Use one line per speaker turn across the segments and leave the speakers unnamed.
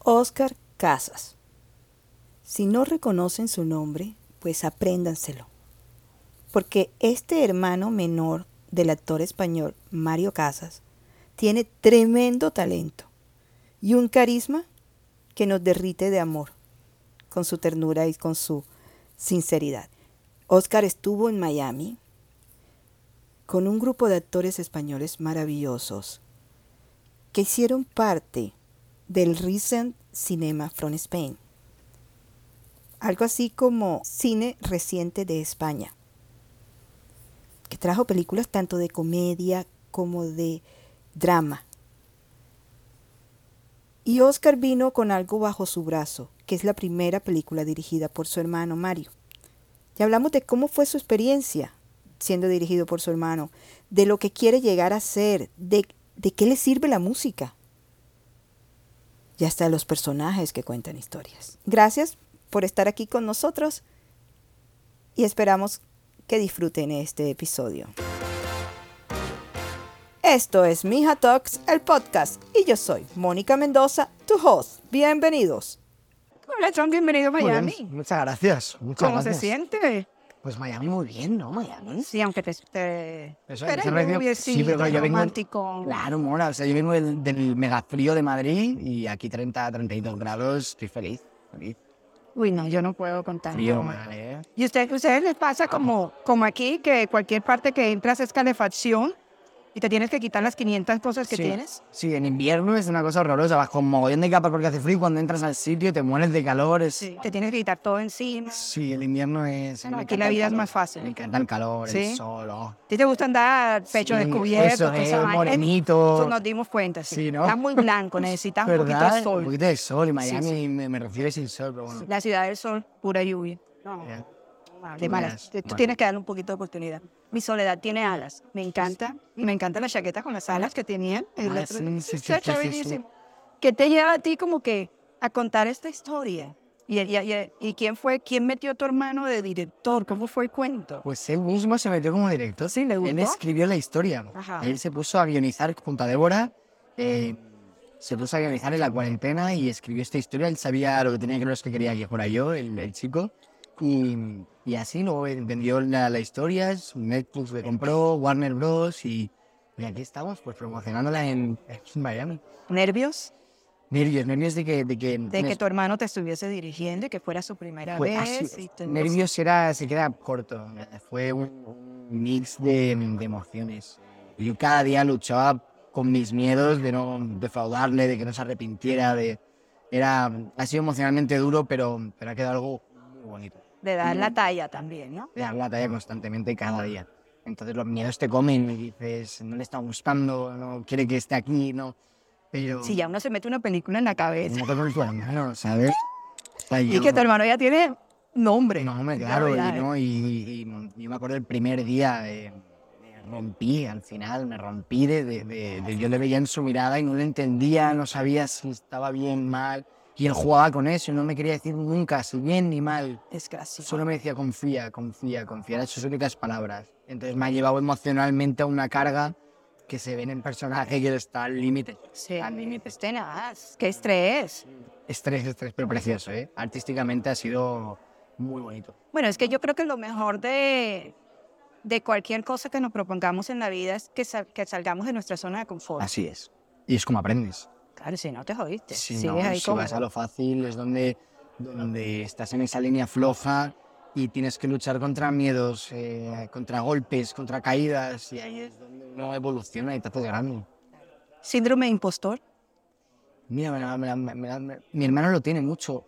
Oscar Casas. Si no reconocen su nombre, pues apréndanselo. Porque este hermano menor del actor español Mario Casas tiene tremendo talento y un carisma que nos derrite de amor, con su ternura y con su sinceridad. Oscar estuvo en Miami con un grupo de actores españoles maravillosos que hicieron parte del Recent Cinema from Spain. Algo así como cine reciente de España, que trajo películas tanto de comedia como de drama. Y Oscar vino con algo bajo su brazo, que es la primera película dirigida por su hermano Mario. Y hablamos de cómo fue su experiencia siendo dirigido por su hermano, de lo que quiere llegar a ser, de, de qué le sirve la música y hasta los personajes que cuentan historias. Gracias por estar aquí con nosotros y esperamos que disfruten este episodio. Esto es Mija Talks, el podcast, y yo soy Mónica Mendoza, tu host. Bienvenidos.
Hola, John, bienvenido a
Muy bien,
Miami.
Pues muchas gracias. Muchas
¿Cómo se
gracias.
siente?
Pues Miami muy bien, ¿no? Miami.
Sí, aunque te... te...
Eso,
pero hay
eso lo decía-
lluviecita,
sí, pero claro, yo vengo-
romántico.
Claro, mola. O sea, yo vengo del, del mega frío de Madrid y aquí 30, 32 grados. Estoy feliz. Feliz.
Uy, no, yo no puedo contar.
Frío,
Ah, no.
mal, ¿eh?
Y a usted, ustedes les pasa como, como aquí, que cualquier parte que entras es calefacción y te tienes que quitar las 500 cosas que
Sí.
tienes.
Sí, en invierno es una cosa horrorosa. Vas con mogollón de capas porque hace frío. y Cuando entras al sitio te mueres de calor. es-
Te tienes que quitar todo encima.
Sí, el invierno es.
Bueno,
me
aquí
encanta
la
el
vida es
calor.
más fácil.
Me encanta el calor,
Sí.
el sol. oh.
¿A ti te gusta andar pecho
Sí,
descubierto?
eso
toda
es,
esa vaina?
morenito.
Eso nos dimos cuenta. Sí.
Sí, ¿no?
Está muy blanco, necesitas un poquito de
¿Verdad?
sol.
Un poquito de sol. Y
Sí,
Miami me, me recibe sin sol, pero bueno.
La ciudad del sol, pura lluvia. No.
eh,
De malas. Tú
Buenas, bueno.
tienes que darle un poquito de oportunidad. Mi soledad tiene alas. Me encanta. Y me encantan las chaquetas con las alas que tenían. El
Ah,
otro-
sí, sí, sí,
Está
sí, sí, sí.
chéverísimo. ¿Qué te lleva a ti como que a contar esta historia? ¿Y, y, y, y quién fue? ¿Quién metió a tu hermano de director? ¿Cómo fue el cuento?
Pues él mismo se metió como director.
Sí, le
Él
gustó.
escribió la historia.
Ajá.
Él se puso a guionizar junto a Débora. eh, se puso a guionizar en la cuarentena y escribió esta historia. Él sabía lo que tenía que lo que quería que fuera yo, el, el chico. Y, y así luego entendió la, la historia. es- Netflix le compró, Warner Bros. Y, y aquí estamos, pues promocionándola en, en Miami.
¿Nervios?
Nervios, nervios de que. De que,
De que tu hermano te estuviese dirigiendo y que fuera su primera
Fue
vez.
así,
y te-
nervios era, se queda corto. eh, Fue un mix de, de emociones. Yo cada día luchaba con mis miedos de no defraudarle, de que no se arrepintiera. De, era, ha sido emocionalmente duro, pero, pero ha quedado algo muy bonito.
De dar
Mm.
la talla también, ¿no?
De dar la talla constantemente cada día. Entonces los miedos te comen y dices, no le está gustando, no quiere que esté aquí, no. Pero
Si ya uno se mete una película en la cabeza.
no te consuela, ¿no? ¿sabes? Está
Y
lleno.
que tu hermano ya tiene nombre.
Mm, No, hombre,
Ya,
claro, y,
ya,
¿no? y, y- y yo me acuerdo el primer día, eh, me rompí al final, me rompí de, de- de- de- Yo le veía en su mirada y no le entendía, no sabía si estaba bien, mal, y él jugaba con eso, y no me quería decir nunca si bien ni mal,
Es casi.
solo me decía confía, confía, confía, eran sus únicas palabras. Entonces me ha llevado emocionalmente a una carga que se ve en el personaje que está al límite.
Sí, a mí me Qué estrés.
Estrés, estrés, pero precioso, ¿eh? Artísticamente ha sido muy bonito.
Bueno, es que yo creo que lo mejor de, de cualquier cosa que nos propongamos en la vida es que, sal- que salgamos de nuestra zona de confort.
Así es. Y es como aprendes.
Claro, si no te jodiste.
Si,
sigues
no,
ahí
si
como-
vas a lo fácil es donde, donde estás en esa línea floja y tienes que luchar contra miedos, eh, contra golpes, contra caídas y ahí es donde uno evoluciona y te haces grande.
Síndrome de impostor.
Mira, me la- me la- me la- me- mi hermano lo tiene mucho.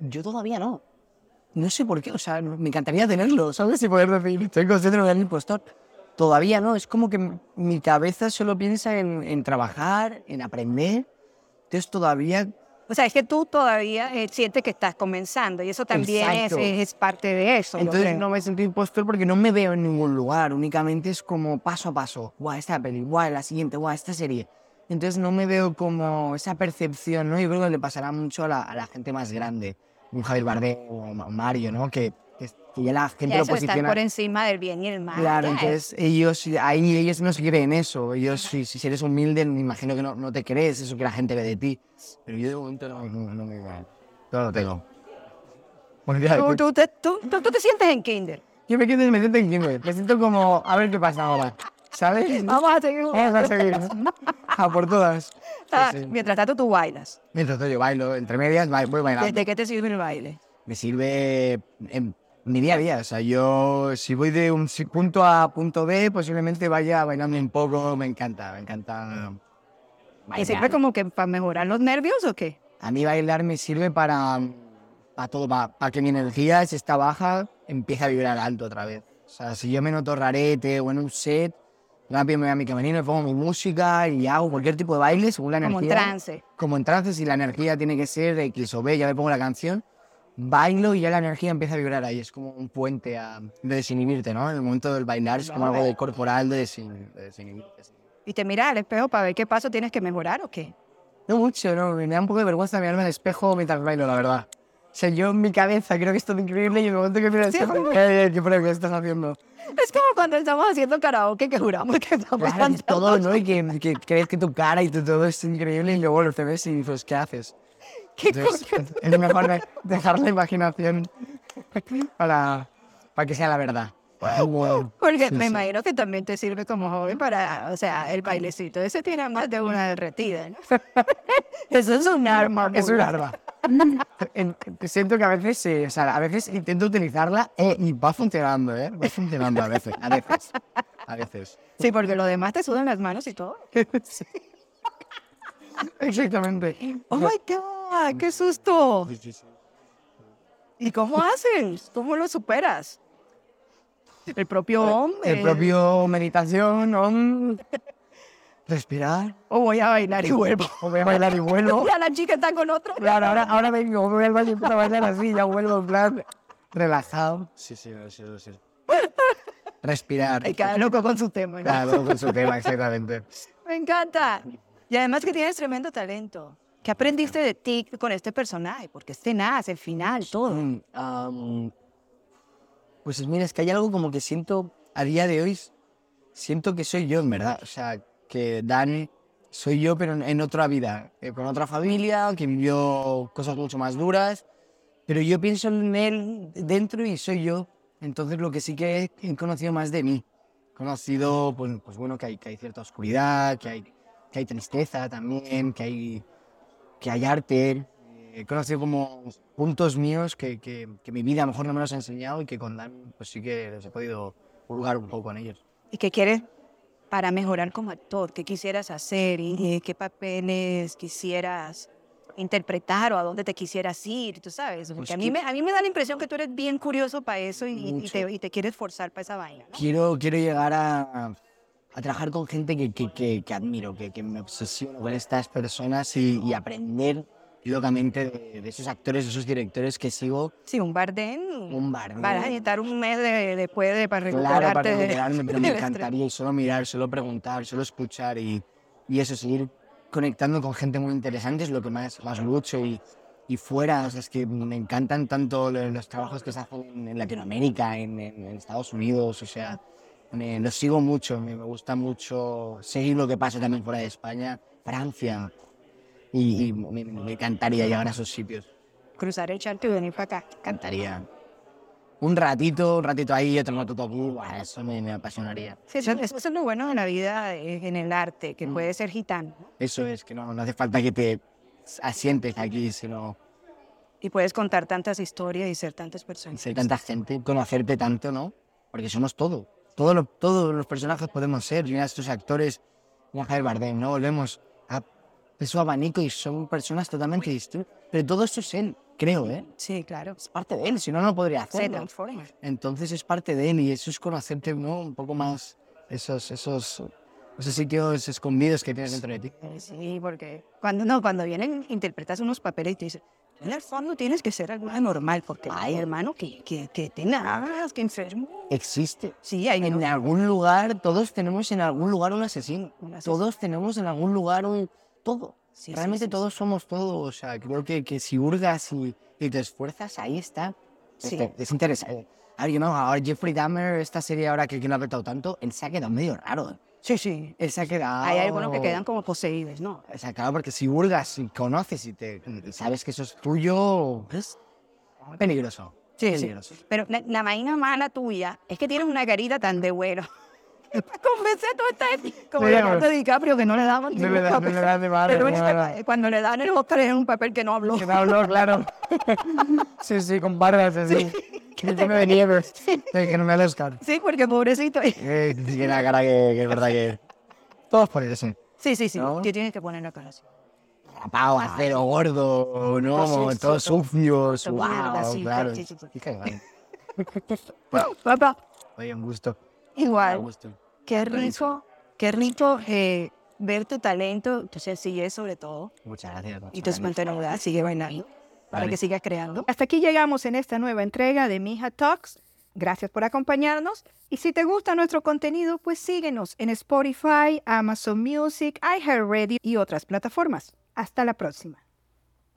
Yo todavía no. No sé por qué, o sea, me encantaría tenerlo, ¿sabes? Y poder decir, tengo síndrome del impostor. Todavía no, es como que m- mi cabeza solo piensa en, en trabajar, en aprender. Entonces todavía
O sea, es que tú todavía eh, sientes que estás comenzando y eso también es,
Exacto.
es- es parte de eso. yo
Entonces
creo.
no me sentí impostor porque no me veo en ningún lugar, únicamente es como paso a paso. Guau, esta peli, guau, la siguiente, guau, esta serie. Entonces no me veo como esa percepción, ¿no? Yo creo que le pasará mucho a la, a la gente más grande, un Javier Bardem o Ma- Mario, ¿no? Que, que que ya la gente
Ya
lo
eso está
posiciona.
por encima del bien y el mal.
Claro,
ya,
entonces ellos, ahí ellos no se creen eso. Ellos, si, si eres humilde, me imagino que no, no te crees eso que la gente ve de ti. Pero yo de momento no, no, no me Todo lo tengo. Bueno, ya,
Tú,
escucha.
tú te, tú- tú- tú te sientes en kinder.
Yo me quedo me siento en Kimber. Me siento como, a ver qué pasa ahora. ¿Sabes?
Vamos a seguir.
Vamos a seguir. A por todas. Sí,
Ah,
sí.
Mientras tanto tú bailas.
Mientras tanto yo bailo, entre medias, ba- voy bailando.
¿Desde qué te sirve el baile?
Me sirve en mi día a día. O sea, yo si voy de un si- punto A a punto B, posiblemente vaya bailando un poco. Me encanta, me encanta.
¿Y sirve
Bailar.
como que para mejorar los nervios o qué?
A mí bailar me sirve para, para todo, para, para que mi energía, si está baja, empiece a vibrar alto otra vez. O sea, si yo me noto rarete o en un set, rápido me voy a mi camerino, me pongo mi música y hago cualquier tipo de baile según la
Como en
energía.
trance.
Como en trance, si la energía tiene que ser X o B, ya me pongo la canción, bailo y ya la energía empieza a vibrar ahí. Es como un puente a, de desinhibirte, ¿no? En el momento del bailar es como algo de corporal de, desin- de desinhibirte.
¿Y te miras al espejo para ver qué paso tienes que mejorar o qué?
No mucho, no. Me da un poco de vergüenza mirarme al espejo mientras bailo, la verdad. O sea, yo en mi cabeza creo que esto es increíble y en el momento que miro al
Sí, Pues
espejo,
¿no?
eh, eh, ¿qué por qué estás haciendo?
Es como cuando estamos haciendo karaoke que juramos que estamos
Claro, que
cantando.
es todo, ¿no? Y que, que crees que tu cara y tu todo es increíble y luego lo te ves y dices, ¿qué haces?
¿Qué
Entonces,
coño?
es mejor de- dejar la imaginación para, para que sea la verdad. Wow.
Porque
Sí,
me
sí.
imagino que también te sirve como joven para, o sea, el bailecito. Ese tiene más de una derretida, ¿no? Eso es un arma.
Es
muy-
un arma. En- Siento que a veces, eh, o sea, a veces intento utilizarla eh, y va funcionando, ¿eh? Va funcionando a veces, a veces, a veces.
Sí, porque lo demás te sudan las manos y todo.
Sí. Exactamente.
¡Oh, my God! ¡Qué susto! ¿Y cómo hacen? ¿Cómo lo superas? El propio hombre.
El propio meditación, om, respirar,
O voy a bailar y vuelvo.
o voy a bailar y vuelvo.
Ya la chica está con otro.
Claro, ahora, ahora vengo, voy al baño y empiezo a bailar así, ya vuelvo en plan relajado. Sí, sí, sí, sí. Respirar.
Y cada loco con su tema. ¿no?
Claro, con su tema, exactamente.
Me encanta. Y además que tienes tremendo talento. ¿Qué aprendiste de ti con este personaje? Porque es tenaz, el final, todo.
Mm, am, pues mira, es que hay algo como que siento a día de hoy, siento que soy yo en verdad. O sea, que Dan soy yo, pero en, en otra vida, eh, con otra familia, que vivió cosas mucho más duras. Pero yo pienso en él dentro y soy yo. Entonces, lo que sí que he, he conocido más de mí. He conocido, pues, pues bueno, que hay, que hay cierta oscuridad, que hay, que hay tristeza también, que hay que hay arte. He conocido como puntos míos que, que, que mi vida a lo mejor no me los ha enseñado y que con Dan pues sí que les he podido hurgar un poco en ellos.
¿Y qué quieres para mejorar como actor? ¿Qué quisieras hacer? ¿Y eh, qué papeles quisieras interpretar o a dónde te quisieras ir? Tú sabes, porque
Pues
a,
que-
mí me, a mí me da la impresión que tú eres bien curioso para eso y, y- y
Mucho.
te, y te quieres forzar para esa vaina. ¿no?
Quiero, quiero llegar a, a trabajar con gente que, que, que, que admiro, que, que me obsesiono con estas personas y, y aprender locamente de, de esos actores, de esos directores que sigo.
Sí, un bardén.
Un bar.
Vas a necesitar un mes de- después de, para recuperarte.
Claro, para
de-
recuperarme, pero
del
me
estrés.
encantaría y solo mirar, solo preguntar, solo escuchar y, y eso, seguir conectando con gente muy interesante es lo que más, más lucho y, y fuera, o sea, es que me encantan tanto lo- los trabajos que se hacen en- en Latinoamérica, en, en- en Estados Unidos, o sea, me, los sigo mucho, me, me gusta mucho seguir lo que pasa también fuera de España, Francia, y, y me, me encantaría llegar a esos sitios,
Cruzar el charco y venir para acá.
me encantaría. Un ratito, un ratito ahí, otro ratito aquí, buah, eso me- me apasionaría.
Sí, eso, eso es lo bueno de la vida eh, en el arte, que puede ser gitano. ¿no?
Eso es, que no, no hace falta que te asientes aquí, sino
Y puedes contar tantas historias y ser tantas personas.
ser tanta gente, conocerte tanto, ¿no? Porque somos todo. Todo lo- todos los personajes podemos ser. Mira estos actores, mira Javier Bardem, ¿no? Volvemos a de su abanico y son personas totalmente distintas. Pero todo esto es él, creo, ¿eh?
Sí, claro.
Es parte de él, si no, no podría
Se
hacerlo.
transforma.
Entonces es parte de él y eso es conocerte, ¿no? Un poco más esos, esos, esos sitios escondidos que tienes dentro de ti.
Eh, Sí, porque cuando no, cuando vienen, interpretas unos papeles y te dicen, "Tú en el fondo tienes que ser algo normal, porque hay hermano que, que, que tenaz, que enfermo.
Existe.
Sí, hay
En
unos-
algún lugar, todos tenemos en algún lugar un asesino.
Un asesino.
Todos tenemos en algún lugar un todo.
Sí, sí,
Realmente
sí,
todos somos todo. O sea, creo que, que si hurgas y, y te esfuerzas, ahí está. Este, Es-
Sí.
Es interesante. A ver, yo no, ahora Jeffrey Dahmer, esta serie ahora que, que no ha apretado tanto, él se ha quedado medio raro.
Sí, sí.
Él se ha quedado...
Hay algunos que quedan como poseídos, ¿no?
O sea, claro, porque si burgas y conoces y te y sabes que eso es tuyo, es peligroso.
Sí, sí.
peligroso.
Pero la, la vaina mala tuya es que tienes una carita tan de bueno. Convencé a todo este como
Sí,
Leonardo
hombre.
DiCaprio que no le daban
pues, No
ningún
le da- no le
papel.
da de barrio,
Pero
no
único
le
que-
da.
cuando le dan el Oscar es un papel que no habló.
Que me habló, claro. Sí, sí, con barras así. Que me de nieve. Sí, Que no me da el Oscar.
Sí, porque pobrecito.
Eh, Tiene la cara que, que es verdad que... Todos por eso. sí.
Sí, sí, sí.
¿No?
Te tienes que poner la cara así.
Rapado, acero, gordo, no,
Todo sucio,
todo sucio,
mierda,
sudado,
sí,
claro.
sí, sí, sí.
Qué cagado.
Papá,
Oye, un gusto. Un
igual.
gusto.
Qué rico, qué rico eh, ver tu talento, tu sencillez sobre todo,
Muchas
y
gracias. muchas
tu
gracias.
espontaneidad. Sigue bailando para
Vale.
que sigas creando.
Hasta aquí llegamos en esta nueva entrega de Mija Talks. Gracias por acompañarnos. Y si te gusta nuestro contenido, pues síguenos en Spotify, Amazon Music, iHeartRadio y otras plataformas. Hasta la próxima.